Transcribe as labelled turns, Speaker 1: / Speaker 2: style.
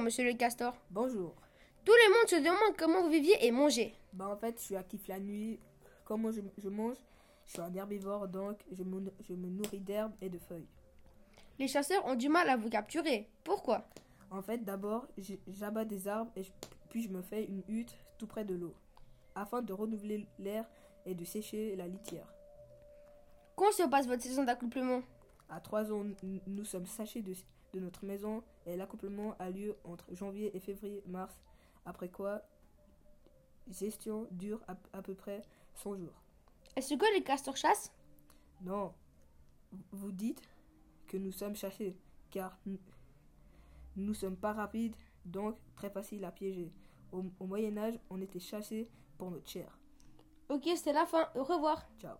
Speaker 1: monsieur le castor.
Speaker 2: Bonjour.
Speaker 1: Tout le monde se demande comment vous viviez et mangez.
Speaker 2: Bah en fait, je suis actif la nuit. Comment je, je mange Je suis un herbivore, donc je me, je me nourris d'herbes et de feuilles.
Speaker 1: Les chasseurs ont du mal à vous capturer. Pourquoi
Speaker 2: En fait, d'abord, j- j'abats des arbres et je- puis je me fais une hutte tout près de l'eau, afin de renouveler l'air et de sécher la litière.
Speaker 1: Quand se passe votre saison d'accouplement
Speaker 2: À trois ans, nous- nous sommes sachés de, de notre maison et l'accouplement a lieu entre janvier et février-mars, après quoi gestion dure à, à peu près 100 jours.
Speaker 1: Est-ce que les castors chassent
Speaker 2: Non, vous dites que nous sommes chassés, car nous- nous sommes pas rapides, donc très faciles à piéger. Au, au Moyen Âge, on était chassés pour notre chair.
Speaker 1: Ok, c'est la fin. Au revoir.
Speaker 2: Ciao.